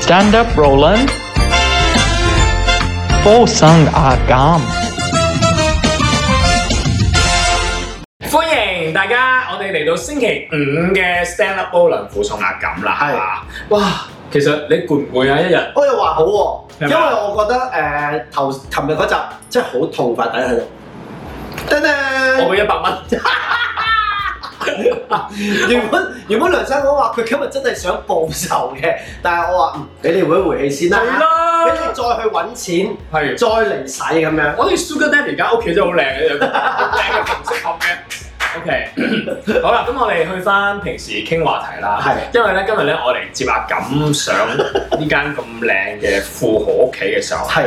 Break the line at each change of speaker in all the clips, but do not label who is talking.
Stand up, Roland. Fo sung a gam.
歡迎大家，我哋嚟到星期五嘅 Stand Up Roland 附送壓感啦，係嘛？哇，其實你攰唔攰啊？一日
我又話好喎、
係咪
因為我覺得誒、呃、頭琴日嗰集真係好痛快，大家喺度。噔
我
噔，
俾一百蚊，哦
原本原本梁生講話佢今日真係想報仇嘅，但係我話、嗯、你哋會回氣先啦，
係
俾
啦
你，再去揾錢，
啊係。
再嚟使咁樣。
我哋 Sugar Daddy 間屋企真係好靚嘅，有個好靚嘅紅色盒嘅。OK，好 啦，咁我哋去翻平時傾話題啦。
係
因為咧今日咧我嚟接阿錦上呢間咁靚嘅富豪屋企嘅時候，
係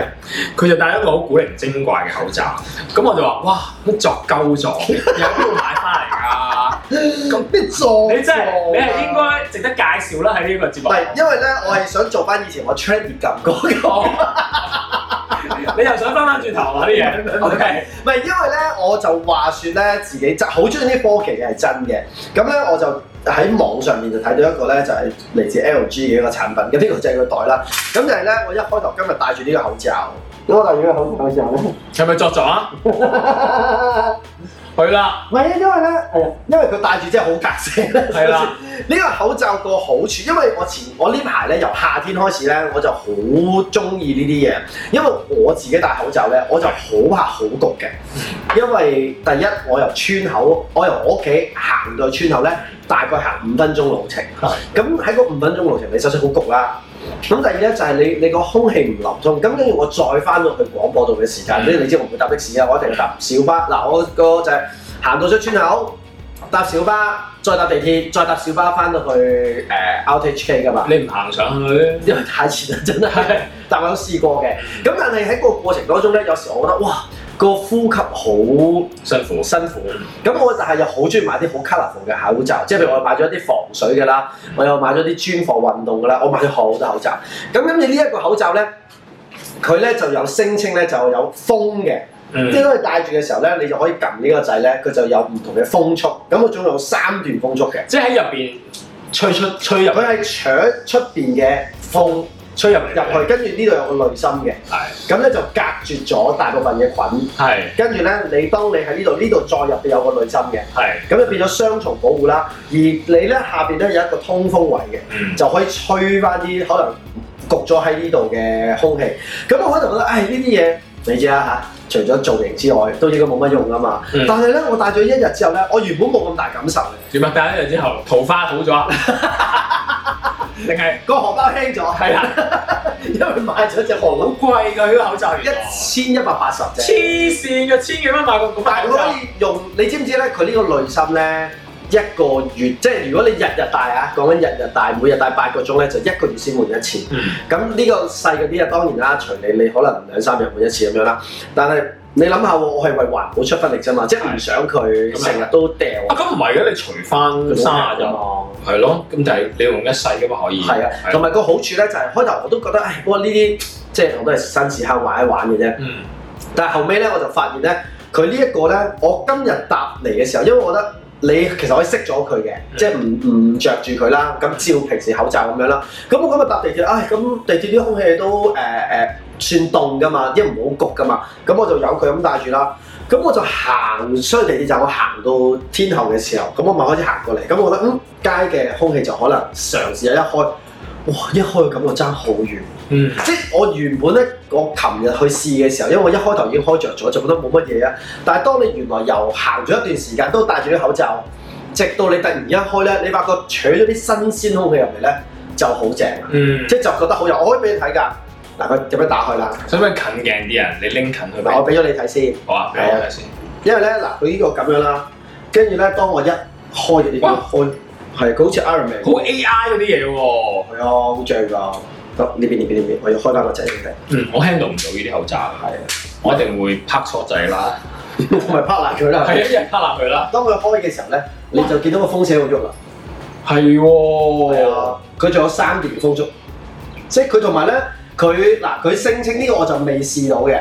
佢就戴咗個好古靈精怪嘅口罩。咁我就話：哇，乜作鳩咗嘅？有邊度買翻嚟㗎？
咁咩做？
你真係你係應該值得介紹啦喺呢個節
唔啊係
目，
因為咧，我係想做翻以前我 train 葉撳嗰個。
你又想翻翻轉頭啊啲嘢，OK，
唔係因為咧，我就話説咧，自己真係好中意啲科技嘅係真嘅。咁咧，我就喺網上面就睇到一個咧，就係嚟自 LG 嘅一個產品。咁呢個就係個袋啦。咁就係咧，我一開頭今日戴住呢個口罩。咁我戴住呢個口罩嘅時候咧，
係咪作咗啊？去啦，
唔係因為咧，係啊，因為佢戴住真係好隔聲咧。
係啦，
呢個口罩個好處，因為我前我呢排咧由夏天開始咧，我就好中意呢啲嘢，因為我自己戴口罩咧，我就好怕好焗嘅，因為第一我由村口，我由我屋企行到去村口咧，大概行五分鐘路程，咁喺嗰五分鐘路程，你首先好焗啦。咁第二咧就係你你個空氣唔流通，咁跟住我再翻到去廣播道嘅時間，
嗯
即係你知我唔會搭的士啊，我一定係搭小巴。嗱，我個就係行到出村口，搭小巴，再搭地鐵，再搭小巴翻到去誒 Out HK 噶嘛，
你唔行上去，
因為太遲啦，真係。但我有試過嘅，咁但係喺個過程當中咧，有時我覺得哇個呼吸好
辛苦，
辛苦。咁我但係又好中意買啲好 colourful 嘅口罩，即係譬如我買咗啲防水嘅啦，我又買咗啲專防運動嘅啦，我買咗好多口罩。咁跟住呢一個口罩咧，佢咧就有聲稱咧就有風嘅，
嗯
即係當你戴住嘅時候咧，你就可以撳呢個掣咧，佢就有唔同嘅風速。咁佢總共有三段風速嘅，
即係喺入邊吹出吹入
佢係搶出邊嘅風
吹入
入
嚟，
去，跟住呢度有個濾芯嘅，
係
咁咧就隔絕咗大部分嘅菌。
係
跟住咧，你當你喺呢度，呢度再入邊有個濾芯嘅。
係，
咁就變咗雙重保護啦。而你咧下邊咧有一個通風位嘅，
嗯
就可以吹翻啲可能焗咗喺呢度嘅空氣。咁我可能覺得，唉呢啲嘢你知啦嚇，除咗造型之外，都應該冇乜用噶嘛。
嗯
但係咧，我戴咗一日之後咧，我原本冇咁大感受嘅，
點啊？戴咗之後桃花好咗啊，定係
個荷包輕咗，
係啦，
因為買咗隻
好
荷
貴㗎佢個口罩，
一千一百八十
黐
啫。
線嘅，千幾蚊買個咁大口
但係佢可
罩，
以用，你知唔知咧？佢呢個濾芯咧。一個月，即係如果你日日戴啊，講緊日日戴，每日戴八個鐘咧，就一個月先換一次。
嗯
咁呢個細嗰啲啊，當然啦，隨你你可能兩三日換一次咁樣啦。但係你諗下喎，我係為環保出分力啫嘛，即係唔想佢成日都掉
啊咁唔係嘅，你除翻三廿日。
嘛。
係咯，咁就係你用一世噶嘛可以。
係啊，同埋個好處咧就係、開頭我都覺得，唉，哇呢啲即係我都係新屎坑玩一玩嘅啫。
嗯，
但係後尾咧我就發現咧，佢呢一個咧，我今日搭嚟嘅時候，因為我覺得。你其實可以熄咗佢嘅，即係唔唔著住佢啦，咁照平時口罩咁樣啦。咁我今日搭地鐵，啊唉，咁地鐵啲空氣都誒誒、呃算凍噶嘛，因為唔好焗噶嘛。咁我就由佢咁戴住啦。咁我就行出去地鐵站，我行到天后嘅時候，咁我咪開始行過嚟。咁我覺得嗯，街嘅空氣就可能嘗試一開，哇！一開嘅感覺爭好遠。
嗯，
即係我原本咧，我琴日去試嘅時候，因為我一開頭已經開着咗，就覺得冇乜嘢啊。但係當你原來由行咗一段時間都戴住啲口罩，直到你突然一開咧，你發覺取咗啲新鮮空氣入嚟咧，就好正啦，
嗯，
即係就覺得好有。我可以俾你睇㗎，嗱佢點樣打開啦？
使唔使近鏡啲啊？你拎近佢俾
嗱，我
我，
俾咗你睇先，
好啊，俾我睇先。
因為咧嗱，佢呢個咁樣啦，跟住咧當我一開咗呢個
哇
開，係佢好似 Iron Man，
好 AI 嗰啲嘢喎，
係啊，好正㗎。得呢邊呢邊呢邊，我要開翻個掣先睇。
嗯，我 handle 唔到呢啲口罩，
係啊，
我一定會拍錯掣啦，
同埋拍爛佢 啦。
係啊一日拍爛佢啦，
當佢開嘅時候咧，你就見到個風車喺度喐啦。
係
係
喎，
啊，佢仲有三段風速，即係佢同埋咧，佢嗱佢聲稱呢個我就未試到嘅。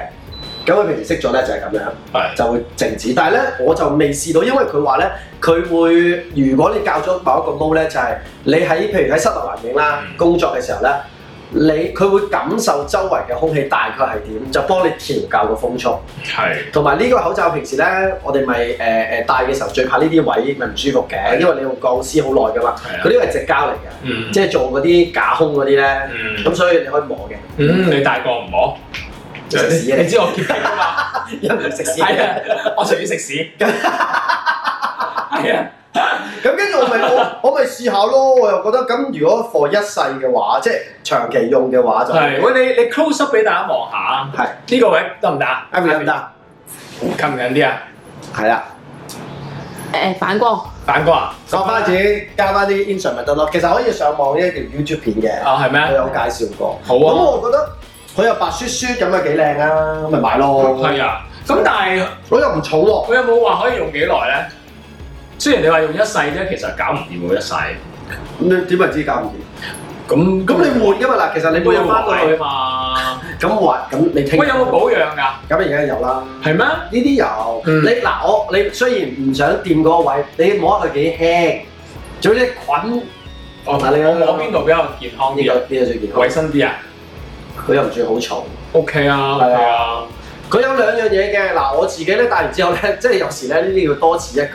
咁佢平時熄咗咧就係咁樣，
係，
就會靜止。但係咧我就未試到，因為佢話咧佢會，如果你校咗某一個毛咧，就係、你喺譬如喺室內環境啦
嗯
工作嘅時候咧，你佢會感受周圍嘅空氣大概係點，就幫你調校個風速。
係
同埋呢個口罩平時咧，我哋咪誒誒戴嘅時候最怕呢啲位咪唔舒服嘅，因為你用鋼絲好耐噶嘛。
係
佢
啊，
呢個係直膠嚟嘅，
嗯
即係做嗰啲假胸嗰啲咧，
嗯
咁所以你可以摸嘅，
嗯，你大個唔摸，
食屎啊
你知我潔癖㗎嘛？
因為唔食屎
係
嘅。
啊，我隨便食 屎。係啊，
咁跟住我咪我我咪試下咯，我又覺得咁如果 for 一世嘅話，即係長期用嘅話就
係。喂，你你 close up 俾大家望下啊，
係
呢個位得唔得啊？
啱唔啱得？
近唔近啲啊？
係啦，
誒呃反光，
反光啊？
講翻自己加翻啲 insert 咪得咯。其實可以上網呢一條 YouTube 片嘅，
啊，係咩
佢？有介紹過。
好
咁
啊，
我覺得佢又白雪雪咁啊幾靚啊，咁咪買咯。
係啊。咁但係
我又唔重喎，
佢有冇話可以用幾耐咧？雖然你話用一世啫，其實搞唔掂喎一世。
你點為之搞唔掂？
咁
咁你換噶嘛嗱，其實你
你冇
換
用
翻
翻
過
過去
去，
嘛？
咁換咁你聽。
喂，有冇保養㗎？
咁而家有啦。
係咩？
呢啲有，
嗯
你嗱我你雖然唔想掂嗰個位，你摸下佢幾輕，總之滾
我
哦嗱你有
我邊度比較健康
呢
啲啊？
個呢個最健康
衞。生啲啊
佢又唔算好重，
？OK 啊
係
，OK
啊
啊，
佢有兩樣嘢嘅嗱，我自己咧戴完之後咧， 即係有時咧呢啲要多此一舉。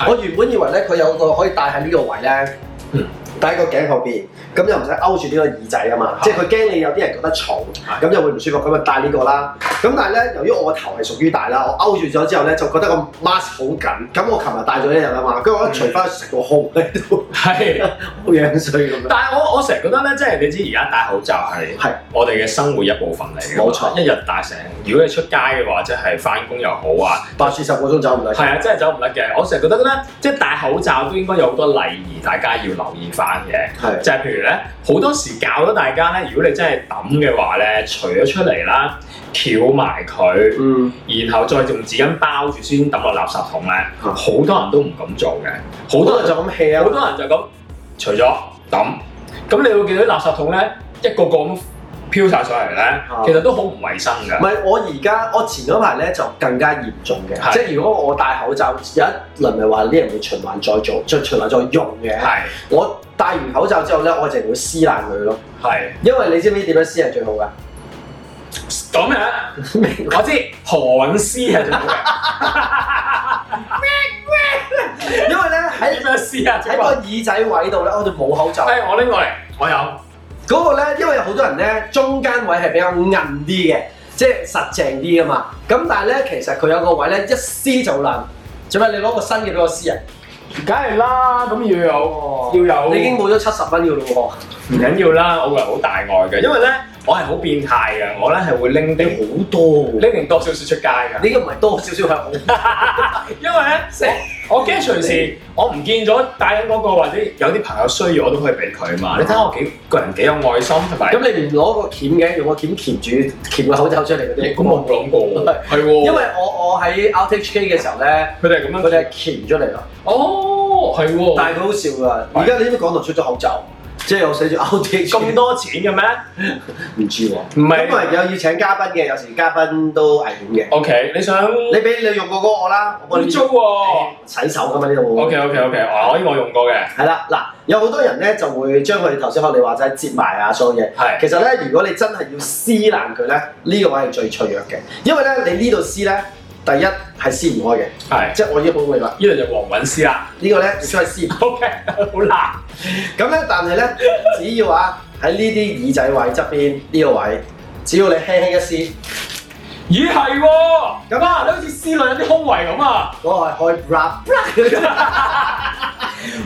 係
我原本以為咧佢有個可以戴喺呢個位咧
嗯。
戴喺個頸後邊，咁又唔使勾住呢個耳仔啊嘛，
係
即係佢驚你有啲人覺得重，
係
咁就會唔舒服，咁就戴呢個啦。咁但係咧，由於我個頭係屬於大啦，我勾住咗之後咧，就覺得個 mask 好緊。咁我琴日戴咗一日啊嘛，跟住我一除翻成個胸咧都
啊係。
好樣衰咁樣。
但係我我成日覺得咧，即係你知而家戴口罩係
係
我哋嘅生活一部分嚟嘅嘛，
冇錯
一日戴成，如果你出街嘅話，即係翻工又好啊，
八至十個鐘走唔
係
甩，
啊，真係走唔甩嘅。我成日覺得咧，即係戴口罩都應該有好多禮儀，大家要留意翻嘅。
係
就係譬如咧，好多時教咗大家咧，如果你真係抌嘅話咧，除咗出嚟啦，翹埋佢，
嗯
然後再用紙巾包住先抌落垃圾桶咧，
嗯
好多人都唔敢做嘅，好
好
多
多
人
人就咁 hea
好
啊，
多人就咁除咗抌，咁你會見到啲垃圾桶咧一個個咁飄晒上嚟咧
啊，
其實都好唔衞生
唔
㗎。
係我而家我前嗰排咧就更加嚴重嘅，
係
即係如果我戴口罩有一輪咪話啲人會循環再做，即係循環再用嘅。
係
我戴完口罩之後咧，我淨係會撕爛佢咯，
係
因為你知唔知點樣撕係最好㗎？
咁樣，啊 我知何韻詩係最好嘅，
因為咧喺
點 樣詩啊？
喺個耳仔位度咧，我哋冇口罩。
誒，我拎過嚟，我有。
嗰個咧，因為有好多人咧，中間位係比較硬啲嘅，即係實淨啲噶嘛。咁但係咧，其實佢有個位咧，一撕就爛。做咩？你攞個新嘅俾我撕人？啊
梗係啦，咁要有要有，
你已經冇咗七十蚊嘅咯
唔緊要啦。我個人好大愛嘅，因為咧我係好變態嘅，我咧係會拎
喎，
定
好多
拎定多少少出街㗎。
你嘅唔係多少少係好，
因為咧，成我驚隨時我唔見咗帶緊嗰個，或者有啲朋友需要，我都可以俾佢嘛。你睇下我幾個人幾有愛心，同埋
咁你唔攞個鉗嘅，用個鉗鉗住鉗個口罩出嚟嗰
亦
啲。
都冇諗過喎，係喎，
因
因為
為我我喺 Out HK 嘅時候咧，
佢哋係咁
佢
樣，
哋係鉗出嚟咯，
哦，係喎，
但係佢好笑㗎。而家你知唔知港台出咗口罩？即係我寫住 Out
咁
HK，
多錢嘅咩？
唔知喎。
唔
咁啊咪
係
有要請嘉賓嘅，有時嘉賓都危險嘅。
，OK，你想
你俾你用過嗰個我啦，我幫
污
你
糟喎
洗手咁嘛呢度。
，OK OK OK，我可以我用過嘅，
係啦，嗱，有好多人咧就會將佢頭先學你話齋摺埋啊，所有嘢。
係
其實咧，如果你真係要撕爛佢咧，呢、個位係最脆弱嘅，因為咧你呢度撕咧，第一係撕唔開嘅，
係，
即係我已經好明白，
呢度就黃韻詩啦
呢個咧亦都係撕唔。
，OK，好難，
咁咧，但係咧，只要啊喺呢啲耳仔位側邊呢個位，只要你輕輕一撕，
咦係喎，咁啊，你好似思女有啲胸圍咁啊，
嗰、個係可以 wrap，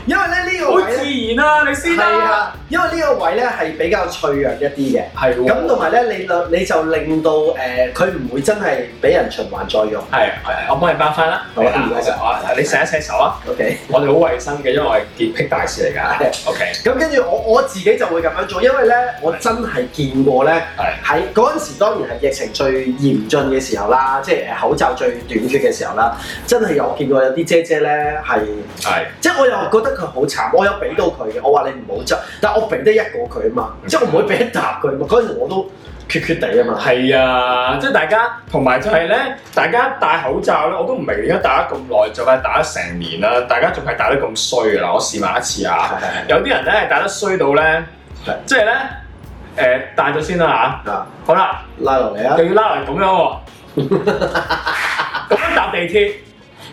因為咧呢、個
好
位
自
呢
然啊，你思
係
啦，
啊，因為呢個位咧係比較脆弱一啲嘅。
係喎
咁同埋咧，你就你就令到誒，佢、唔會真係俾人循環再用。
係係，我幫你包翻啦。
好啊唔該晒
啊你洗一洗手啊！
OK，
我哋好衞生嘅，因為我係潔癖大師嚟㗎。
係
OK，
咁跟住我我自己就會咁樣做，因為咧我真係見過咧，
係
喺嗰陣時當然係疫情最嚴峻嘅時候啦，即係口罩最短缺嘅時候啦，真係有我見過有啲姐姐咧係，
係
即係我又覺得佢好慘，我有俾到佢嘅，我話你唔好執，但我俾得一個佢啊嘛，即係我唔會俾一沓佢啊嘛，嗰陣時我都缺缺地啊嘛，
係啊！即係大家同埋就係咧，大家戴口罩咧，我都唔明而家戴咗咁耐，就快戴咗成年啦，大家仲係戴得咁衰㗎啦！我試埋一次啊，
係係係
有啲人咧係戴得衰到咧
係，
即係咧誒戴咗先啦
啊，
嚇。好啦，
拉落嚟啊
又！要拉嚟咁樣喎，咁樣搭地鐵。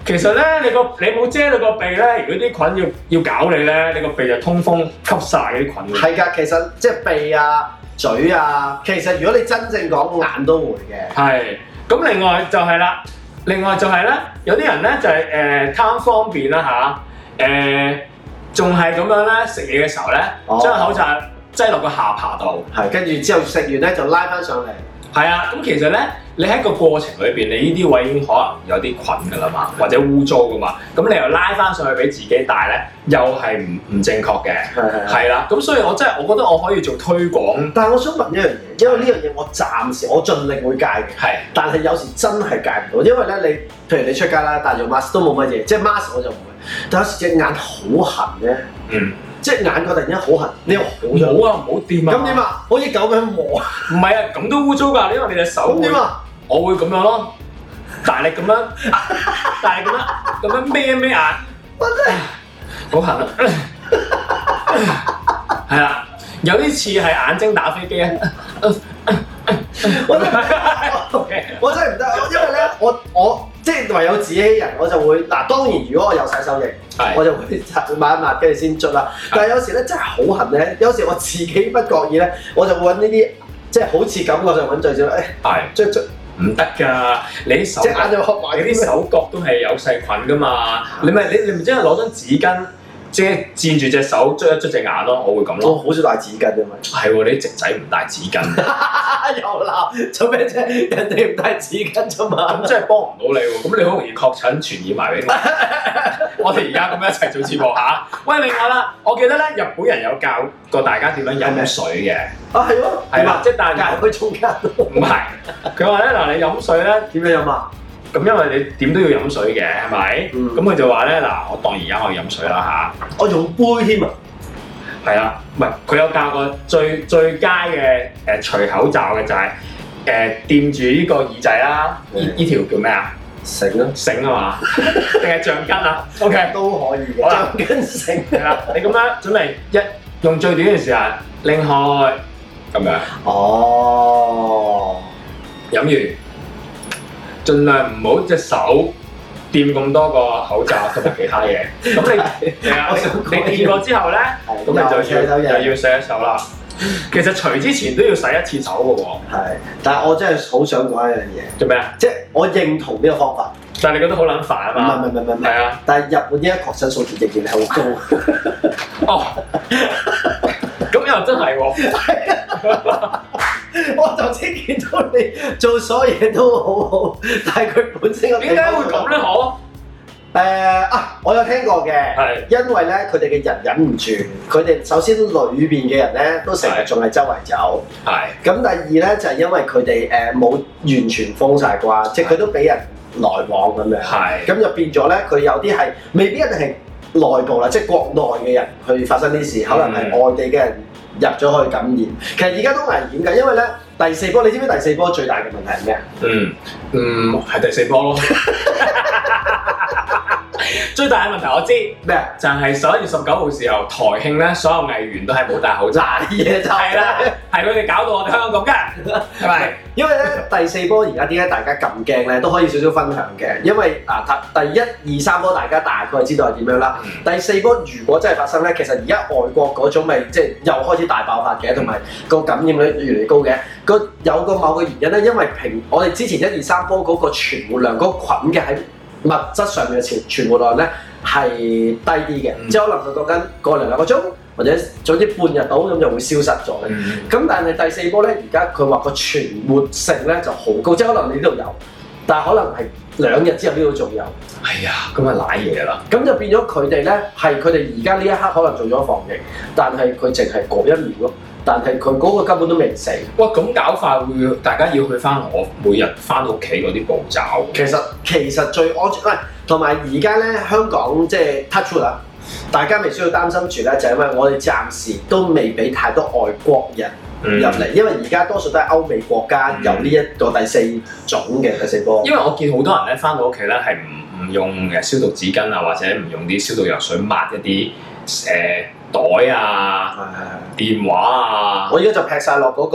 其實咧，你個你冇遮你個鼻咧，如果啲菌要要搞你咧，你個鼻就通風吸晒嗰啲菌嘅。
係㗎，其實即係鼻啊、嘴啊，其實如果你真正講眼都會嘅，
係。咁另外就係啦，另外就係咧，有啲人咧就係、誒、貪方便啦吓，誒仲係咁樣咧食嘢嘅時候咧，
哦
將口罩擠落個下巴度。
係跟住之後食完咧就拉翻上嚟，
係啊，咁其實咧，你喺個過程裏邊，你呢啲位已經可能有啲菌㗎啦嘛，或者污糟㗎嘛，咁你又拉翻上去俾自己戴咧，又係唔唔正確嘅，
係係係。
係啦，咁所以我真係我覺得我可以做推廣，
但係我想問一樣嘢，因為呢樣嘢我暫時我盡力會戒嘅。
係
但係有時真係戒唔到，因為咧你，譬如你出街啦，戴住 mask 都冇乜嘢，即係 mask 我就唔會。但有時隻眼好痕咧，
嗯，
即係眼角突然間好痕，你又好
唔
咗。
好啊，唔好掂啊，
咁點？啊？好似狗咁樣摸，
唔係啊，咁都污糟㗎，因為你隻手會
咁點，啊？
我會咁樣咯，大力咁樣，大力咁樣，咁樣眯一眯眼，
我真係
好痕啊，係啦，有啲似係眼睛打飛機啊。
我真係
OK
我真係唔得，因為咧我我即係唯有自欺人，我就會嗱。當然如果我有洗手液，我
係
就會擦抹一抹，跟住先捽啦。但係有時咧真係好痕咧，有時我自己不覺意咧，我就會揾呢啲即係好似感覺上揾最少，哎誒
係
捽捽
唔得㗎，你啲手
隻眼就合埋
你
嗰
啲
啲
手角都係有細菌㗎嘛，你咪你你咪真係攞張紙巾即係攢住隻手捽一捽隻眼咯，我會咁
我
咯。
好少戴紙巾㗎嘛。
係喎，你直仔唔帶紙巾，
又鬧做咩啫？人哋唔帶紙巾啫嘛。
咁真係幫唔到你喎。咁你好容易確診傳染埋俾我。我 哋而家咁樣一齊做節目嚇。喂，另外啦，我記得咧，日本人有教過大家點樣飲水嘅，
啊係喎，
係啦，即係大
點啊，
家
但係佢中間
唔係佢話咧嗱，你飲水咧。
點樣飲啊？
咁因為你點都要飲水嘅，係咪？
嗯
咁佢、就話咧，嗱，我當而家我飲水啦
我用杯添啊！
吓，係啦，唔係佢有教過最最佳嘅誒除口罩嘅就係、誒掂住呢個耳仔啦，呢
嗯
呢條叫咩啊？
成咯，
繩 啊嘛，定係橡筋啊？OK，
都可以
好啦
嘅，橡筋繩。
係啦，你咁樣準備一用最短嘅時間拎開咁樣
哦，
飲完，盡量唔好隻手掂咁多個口罩同埋其他 嘢。咁你係啊，
我想講
你你掂過之後咧，
係
咁你就
又洗手
要
液
又要洗一手啦。其實除之前都要洗一次手嘅喎，
係。但係我真係好想講一樣嘢，
做咩啊？
即係我認同呢個方法，
但係你覺得好撚煩啊
唔係
嘛？
唔係唔係唔係。
係啊，
但係日本依家確診數字仍然係好 高，
哦，咁又真係喎，
我頭先見到你做所有嘢都好好，但係佢本身個
點解會咁咧？可
誒啊！我有聽過嘅，
係
因為咧佢哋嘅人忍唔住，佢哋首先裏邊嘅人咧都成日仲係周圍走，
係
咁第二咧就係、因為佢哋誒冇完全封晒啩，即係佢都俾人來往咁樣，
係
咁就變咗咧佢有啲係未必一定係內部啦，即係國內嘅人去發生啲事，可能係
嗯
外地嘅人入咗去感染。其實而家都危險㗎，因為咧第四波，你知唔知第四波最大嘅問題係咩啊？
嗯嗯係第四波咯。最大嘅問題我知。
咩啊？
就係十一月十九號時候，台慶咧，所有藝員都係冇戴口罩，
嗱啲嘢就
係啦，係佢哋搞到我哋香港咁嘅，係咪？
因為咧第四波而家點解大家咁驚咧，都可以少少分享嘅。因為啊，第第一、二、三波大家大概知道係點樣啦。第四波如果真係發生咧，其實而家外國嗰種咪即係又開始大爆發嘅，同埋個感染率越嚟越高嘅。個有個某個原因咧，因為平我哋之前一二三波嗰個傳播量嗰、個菌嘅喺物質上面嘅傳傳播量咧係低啲嘅，
嗯
即係可能佢講緊個零兩個鐘，或者總之半日到咁就會消失咗嘅。
嗯
咁但係第四波咧，而家佢話個存活性咧就好高，即係可能你呢度有，但係可能係兩日之後呢度仲有，
哎呀，咁啊賴嘢啦，
咁就變咗佢哋咧係佢哋而家呢一刻可能做咗防疫，但係佢淨係嗰一秒咯，但係佢嗰個根本都未死。
哇！咁搞法會大家要去翻我每日翻屋企嗰啲步驟，
其實其實最安全，唔係同埋而家咧香港即係 touch wood 啦，大家未需要擔心住咧，就係因為我哋暫時都未俾太多外國人入
嗯
嚟，因為而家多數都係歐美國家有呢一個第四種嘅第四波。
因為我見好多人咧翻到屋企咧係唔唔用誒消毒紙巾啊，或者唔用啲消毒藥水抹一啲誒、袋啊、電話啊，
我而家就劈晒落嗰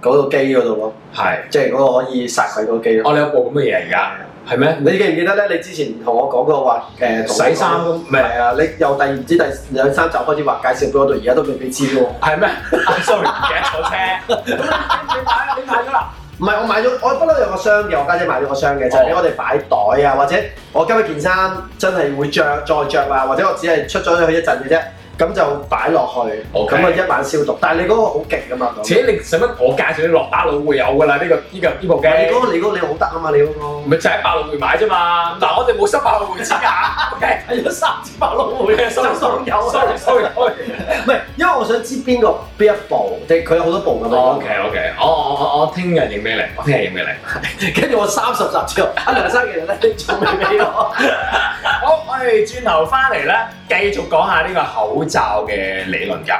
個嗰個機嗰度咯，
係。
即係嗰個可以殺佢嗰個機咯。
哦，你有部咁嘅嘢而家係咩？
你記唔記得咧？你之前同我講過話誒
洗衫咁唔係
係啊！你由第唔知第兩三集開始話介紹俾我到而家都未俾知喎。
係 咩啊？sorry，唔記得坐車。咁你買你買咗啦？
唔係我買咗，我不嬲有個箱嘅，我家姐買咗個箱嘅，
哦
就係俾我哋擺袋啊，或者我今日件衫真係會着再着啊，或者我只係出咗去一陣嘅啫，咁就擺落去，
OK
咁啊一晚消毒。但係你嗰個好勁噶嘛，
且你使乜我介紹你落打佬會有㗎啦？呢、個呢、個呢部機。
你嗰個你嗰個你好得啊嘛，你嗰個
咪就喺百老匯買啫嘛，嗱我哋冇收百老匯錢 㗎，OK，
係咗三支百老匯嘅
收收有，sorry sorry sorry
唔係，因為我想知邊個邊一步，即係佢有好多步噶嘛。
OK OK，我我我我哦聽日影俾你，我聽日影俾你，
跟住我三十集之後，阿梁生其實咧你仲未俾 我。
好，我哋轉頭翻嚟咧，繼續講下呢個口罩嘅理論㗎。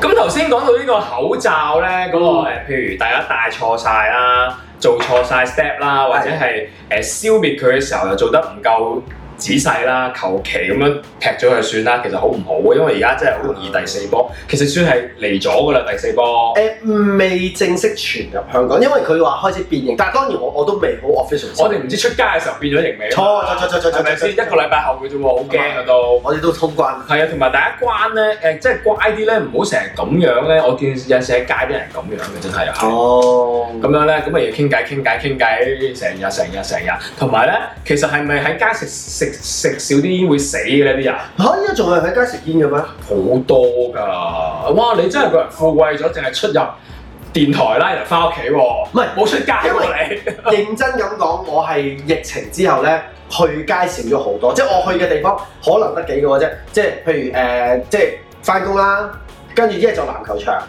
咁頭先講到呢個口罩咧，嗰、個
嗯
誒譬如大家戴錯晒啦，做錯晒 step 啦，或者係誒消滅佢嘅時候又做得唔夠仔細啦，求其咁樣劈咗佢算啦，其實好唔好啊？因為而家真係好容易第四波，其實算係嚟咗㗎啦，第四波。
誒未正式傳入香港，因為佢話開始變形，但係當然我我都未好 official 先。
我哋唔知出街嘅時候變咗形未啊？
錯錯錯錯錯錯
係咪先？一
錯
個禮拜後嘅啫喎，好驚啊都。
我哋都通關。
係啊，同埋第一關咧，誒、即係乖啲咧，唔好成日咁樣咧。我見有陣時喺街啲人咁樣嘅，真係又係。
哦，
咁樣咧，咁咪要傾偈傾偈傾偈，成日成日成日。同埋咧，其實係咪喺街食食食少啲煙會死嘅呢啲人
嚇依家仲係喺街食煙嘅咩？
好多㗎。哇！你真係個人富貴咗，淨係出入電台啦，人翻屋企喎，唔
係
冇出街喎你。
認真咁講，我係疫情之後咧，去街少咗好多，即係我去嘅地方可能得幾個啫，即係譬如誒、呃即係翻工啦，跟住一係就籃球場。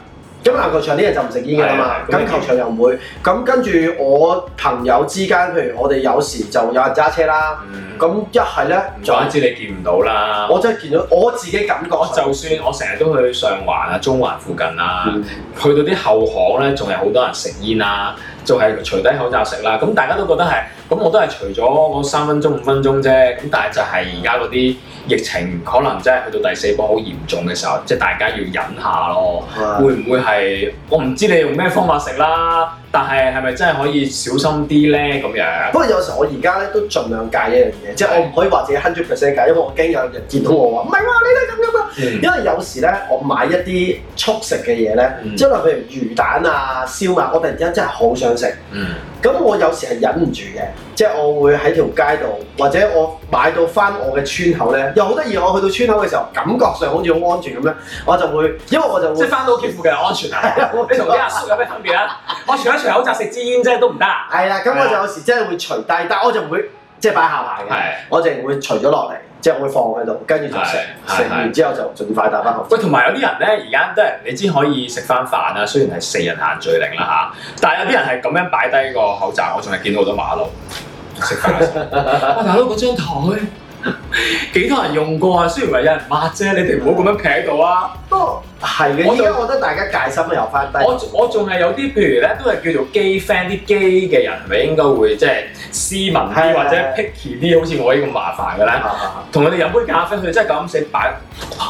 咁籃球場啲人就唔食煙㗎啦嘛，
係啊係
咁球場又唔會。咁跟住我朋友之間，譬如我哋有時就有人揸車啦，
嗯，
咁一係咧
唔
就
怪之你見唔到啦。
我真係見到我自己感覺
我就算我成日都去上環啊、中環附近啊，
嗯
去到啲後巷咧，仲係好多人食煙啊，仲係除低口罩食啦。咁大家都覺得係，咁我都係除咗嗰三分鐘、五分鐘啫。咁但係就係而家嗰啲疫情，可能真係去到第四波好嚴重嘅時候，即係大家要忍下咯。
啊
會唔會係我唔知你用咩方法食啦？但係係咪真係可以小心啲咧？咁樣
不過有時候我而家咧都盡量戒一樣嘢，即係我唔可以話自己 hundred percent 戒，因為我驚有人見到我話唔係喎，你都係咁㗎嘛。
嗯
因為有時咧，我買一啲速食嘅嘢咧，
嗯
即係譬如魚蛋啊、燒賣，我突然之間真係好想食。
嗯
咁我有時係忍唔住嘅，即係我會喺條街度，或者我買到翻我嘅村口咧，又好得意。我去到村口嘅時候，感覺上好似好安全咁樣，我就會，因為我就
即
會
係，翻到屋企附近安全啊！你同啲阿叔有咩分別啊？ 我除一除口罩食支煙啫，都唔得啊！
係啦，咁我就有時真係會除低，但係我就唔會即係擺下排嘅，
係。
我淨係會除咗落嚟，即係我會放喺度，跟住就食，
係
食
係
完之後就盡快打翻口
喂，同埋有啲人咧，而家都係你知可以食翻飯啦，雖然係四人限聚令啦吓，但係有啲人係咁樣擺低個口罩，我仲係見到好多馬路食 飯嘅時候。喂，大佬嗰張台幾多人用過啊？雖然話有人抹啫，你哋唔好咁樣劈喺度啊！
不過係嘅，
我
依
就
家我覺得大家戒心又翻低。
我我仲係有啲譬如咧，都係叫做基 friend 啲基嘅人，係咪應該會即係斯文啲
係
或者
係
picky 啲，好似我呢咁麻煩嘅咧？
啊
同佢哋飲杯咖啡，佢哋真係咁死擺，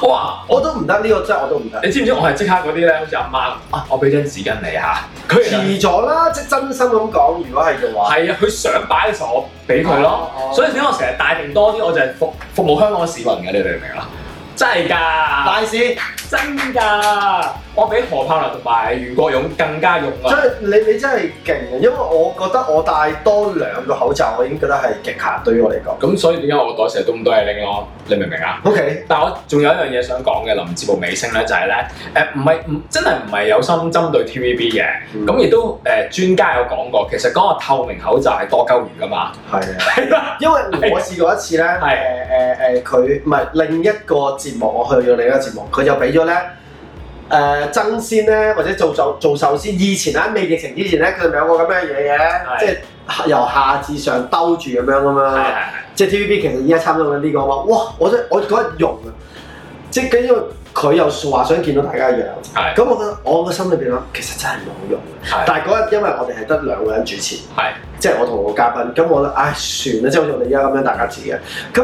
哇！
我都唔得呢個真係我都唔得。
你知唔知我係即刻嗰啲咧，好似阿媽咁啊，我俾張紙巾你嚇，佢係
遲咗啦，即係真心咁講，如果係嘅話，
係啊，佢想擺嘅時候我俾佢咯，
哦
所以點解我成日帶定多啲，我就係服服務香港市民嘅，你明唔明啊？真係㗎，
大事，即
真㗎，我比何柏良同埋袁國勇更加勇啊！
係你你真係勁嘅，因為我覺得我戴多兩個口罩，我已經覺得係極限對於我嚟講。
咁所以點解我個袋成日都咁多嘢拎咯？你明唔明啊？
O K，
但我仲有一樣嘢想講嘅，臨節目尾聲咧，就係咧，誒唔係唔真係唔係有心針對 TVB 嘅，
嗯
咁亦、都誒、呃專家有講過，其實嗰個透明口罩係多鳩魚噶嘛，
係啊，
係啦，
因為我試過一次咧，誒誒誒，佢唔係另一個節目，我去咗另一個節目，佢就俾咗咧。誒、爭鮮咧，或者做壽做壽司，以前咧未疫情之前咧，佢咪有個咁樣嘢嘅，
係
即係由下至上兜住咁樣噶
係
嘛
係。係。
即係 TVB 其實而家參咗緊呢個嘛，哇！我真我嗰日用啊，即係因為佢又話想見到大家嘅樣，
係
咁我覺得我個心裏邊諗，其實真係冇用。
係
但係嗰日因為我哋係得兩個人主持，
係
即係我同我嘉賓，咁我覺得唉算啦，即係好似我哋而家咁樣大家自己嘅，咁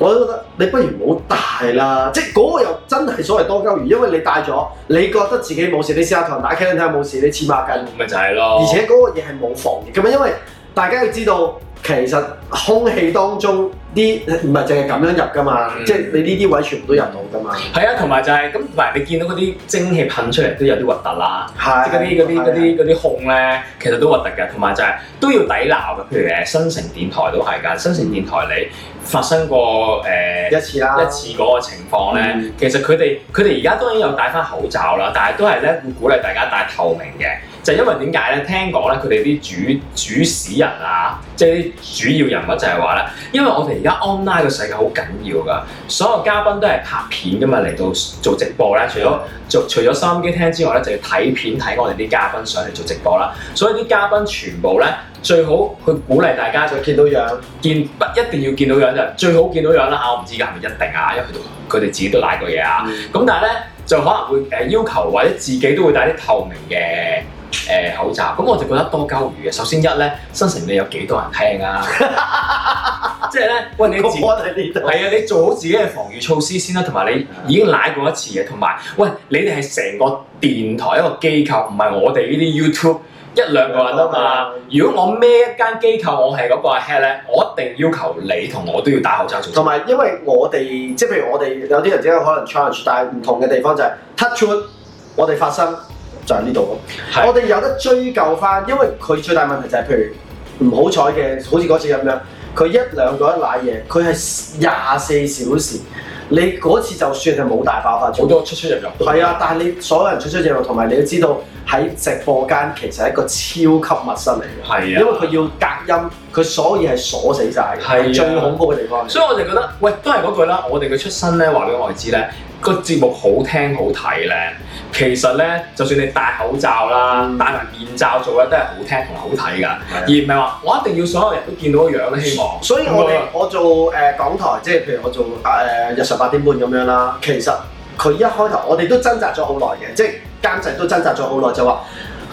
我都覺得你不如唔好戴啦，即係嗰個又真係所謂多鳩魚，因為你戴咗，你覺得自己冇事，你試下同人打 K 睇下冇事，你黐孖筋。
咪就係咯。
而且嗰個嘢係冇防疫嘅嘛，因為大家要知道，其實空氣當中啲唔係淨係咁樣入噶嘛，
嗯
即係你呢啲位全部都入到噶嘛，
係啊，同埋就係咁，同埋你見到嗰啲蒸氣噴出嚟都有啲核突啦。
係
即係嗰啲嗰啲嗰啲嗰啲控咧，其實都核突嘅，同埋就係都要抵鬧嘅。啊譬如誒新城電台都係㗎，新城電台你發生過誒、呃
一次啊啦，
一次嗰個情況咧，
嗯
其實佢哋佢哋而家當然有戴翻口罩啦，但係都係咧會鼓勵大家戴透明嘅，就因為點解咧？聽講咧，佢哋啲主主使人啊，即係啲主要人物就係話咧，因為我哋而家 online 個世界好緊要㗎，所有嘉賓都係拍片㗎嘛，嚟到做直播咧，除咗做除咗收音機聽之外咧，就要睇片睇我哋啲嘉賓上嚟做直播啦，所以啲嘉賓全部咧最好去鼓勵大家
就見到樣，
見不一定要見到樣就最好見到樣啦嚇，我唔知㗎係咪一定啊，因為佢哋佢哋自己都賴過嘢啊。
嗯
咁但係咧就可能會誒要求或者自己都會戴啲透明嘅誒、口罩，咁我就覺得多鳩餘嘅。首先一咧，新城你有幾多人聽啊？ 即係咧，喂你
個
自己。
波喺呢度，
係啊，你做好自己嘅防禦措施先啦，同埋你已經舐過一次嘅，同埋喂，你哋係成個電台一個機構，唔係我哋呢啲 YouTube 一兩個人啊嘛。如果我孭一間機構，我係嗰個 head 咧，我一定要求你同我都要戴口罩做。
同埋因為我哋即係譬如我哋有啲人只係可能 challenge，但係唔同嘅地方就係 touch wood，我哋發生就係呢度咯。
係
我哋有得追究翻，因為佢最大問題就係譬如唔好彩嘅，好似嗰次咁樣，佢一兩個一賴嘢，佢係廿四小時。你嗰次就算係冇大爆發
好
咗，
多出出入入。
係啊，但係你所有人出出入入，同埋你要知道喺直播間其實係一個超級密室嚟嘅，
係啊，
因為佢要隔音，佢所有嘢係鎖死晒嘅，
係啊
係最恐怖嘅地方。
所以我就覺得，喂，都係嗰句啦，我哋嘅出身咧，話俾我哋知咧，個節目好聽好睇咧，其實咧，就算你戴口罩啦，
嗯
戴埋面罩做咧，都係好聽同好睇㗎，而唔
係啊
係話我一定要所有人都見到個樣咧，希望。啊
所以我哋我做誒、呃港台，即係譬如我做誒、呃日常八點半咁樣啦，其實佢一開頭我哋都掙扎咗好耐嘅，即係監製都掙扎咗好耐，就話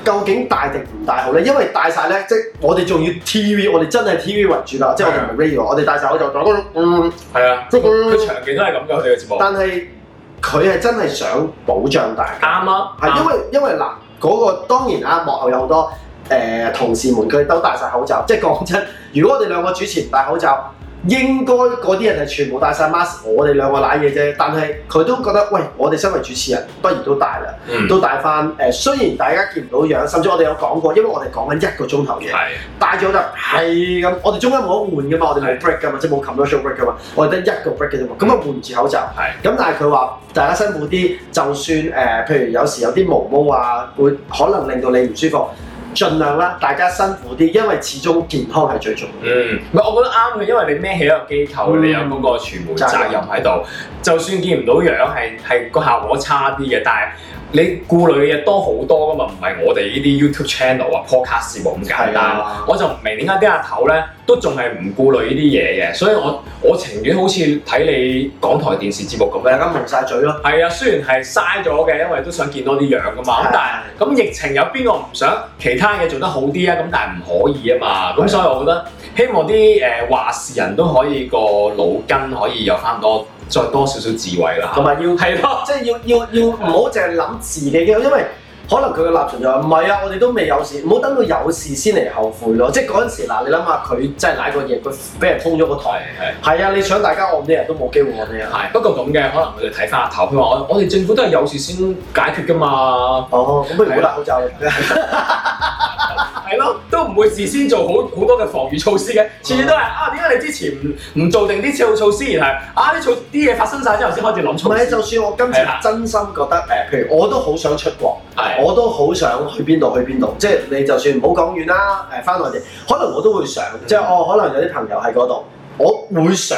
究竟戴定唔戴好咧？因為戴晒咧，即係我哋仲要 TV，我哋真係 TV 為主啦，即係我哋唔係 radio，我哋戴晒口罩就嗯，
係啊，
即係
佢
嗯
長期都係咁㗎，佢哋嘅節目。
但係佢係真係想保障大家。
啱啊，
係因為因為嗱嗰、個當然啦，幕後有好多誒、呃同事們佢都戴晒口罩，即 係講真，如果我哋兩個主持唔戴口罩，應該嗰啲人係全部戴晒 mask，我哋兩個賴嘢啫。但係佢都覺得喂，我哋身為主持人，不如都戴啦，
嗯
都戴翻誒。雖然大家見唔到樣，甚至我哋有講過，因為我哋講緊一個鐘頭嘢，
係
戴咗就係咁。我哋中間冇得換噶嘛，我哋冇 break 噶嘛，即係冇 commercial break 噶嘛，我哋得一個 break 嘅啫嘛，咁啊換唔住口罩。
嗯係。
咁但係佢話大家辛苦啲，就算誒、呃譬如有時有啲毛毛啊，會可能令到你唔舒服，盡量啦，大家辛苦啲，因為始終健康係最重要。
嗯，唔係，我覺得啱嘅，因為你孭起一個機構，
嗯
你有嗰個傳媒責任喺度，就算見唔到樣係係個效果差啲嘅，但係你顧慮嘅嘢多好多噶嘛，唔係我哋呢啲 YouTube channel 啊、podcast 節目咁簡
係
單。
啊，
我就唔明點解啲阿頭咧都仲係唔顧慮呢啲嘢嘅，所以我我情願好似睇你港台電視節目咁
大
樣。
家蒙晒嘴咯。
係啊，雖然係嘥咗嘅，因為都想見多啲樣噶嘛，咁但係。咁疫情有邊個唔想其他嘢做得好啲啊？咁但係唔可以啊嘛。咁
係
所以我覺得希望啲誒呃話事人都可以個腦筋可以有翻多再多少少智慧啦
同。埋要
係咯，
即係要要要唔好淨係諗自己嘅，因為可能佢嘅立場就係唔係啊，我哋都未有事，唔好等到有事先嚟後悔咯。即係嗰陣時嗱，你諗下佢真係賴過嘢，佢俾人封咗個
係
台。
係
係啊，你想大家按啲人都冇機會按你啊。
係。不過咁嘅，可能佢哋睇翻頭，佢話我我哋政府都係有事先解決噶嘛。
哦，咁不如唔好戴口罩啦。
係咯，都唔會事先做好好多嘅防禦措施嘅，次次都係啊點解你之前唔唔做定啲措措施，然係啊啲措啲嘢發生晒之後先開始諗
唔
措
係，
施。
就算我今次
係啦
真心覺得誒，譬如我都好想出國，
係
我都好想去邊度去邊度，即係你就算唔好講遠啦，誒翻內地，可能我都會想，即係哦，可能有啲朋友喺嗰度，我會想，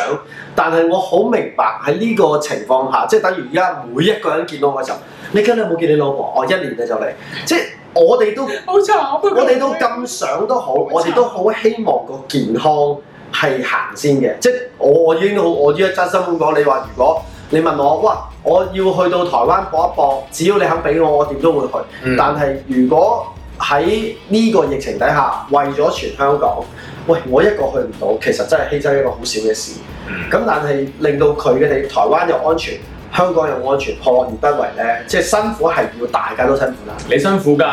但係我好明白喺呢個情況下，即係等於而家每一個人見到我嘅時候，你今日有冇見你老婆？我一年嘅就嚟，即係我哋都
好慘，不過
我哋都咁想都好，我哋都好希望個健康係行先嘅。即係我我已經好，我依家真心咁講，你話如果你問我，哇，我要去到台灣搏一搏，只要你肯俾我，我點都會去。
嗯
但係如果喺呢個疫情底下，為咗全香港，喂，我一個去唔到，其實真係犧牲一個好少嘅事。
嗯
咁但係令到佢嘅地台灣又安全，香港又安全，何樂而不為咧？即係辛苦係要大家都辛苦啦。
你辛苦㗎，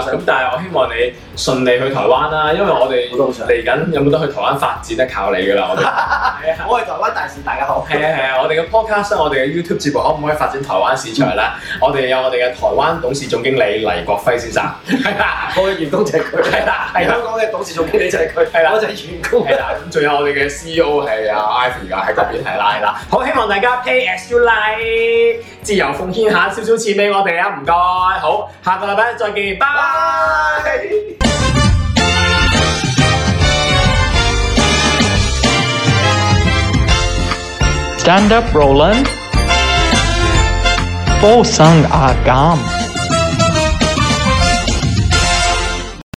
咁但係我希望你順利去台灣啦，因為我哋
我都好想
嚟緊有冇得去台灣發展咧，靠你㗎啦， 我哋係啊。
我係台灣大使，大家好。
係啊係啊，我哋嘅 podcast 呢我哋嘅 YouTube 節目可唔可以發展台灣市場咧？我哋有我哋嘅台灣董事總經理黎國輝先生，係啦
我嘅員工就係佢，
係啦
係
係啦
香港嘅董事總經理就係佢，
係啦
我就係員工。
係啦，咁仲有我哋嘅 CEO 係阿 Ivy 啊㗎，喺嗰邊係啦係啦。好，希望大家 pay as you like，自由奉獻下少少錢俾我哋啊，唔該。好，下個禮拜再見，拜拜。
Stand up, Roland. Fosang agam.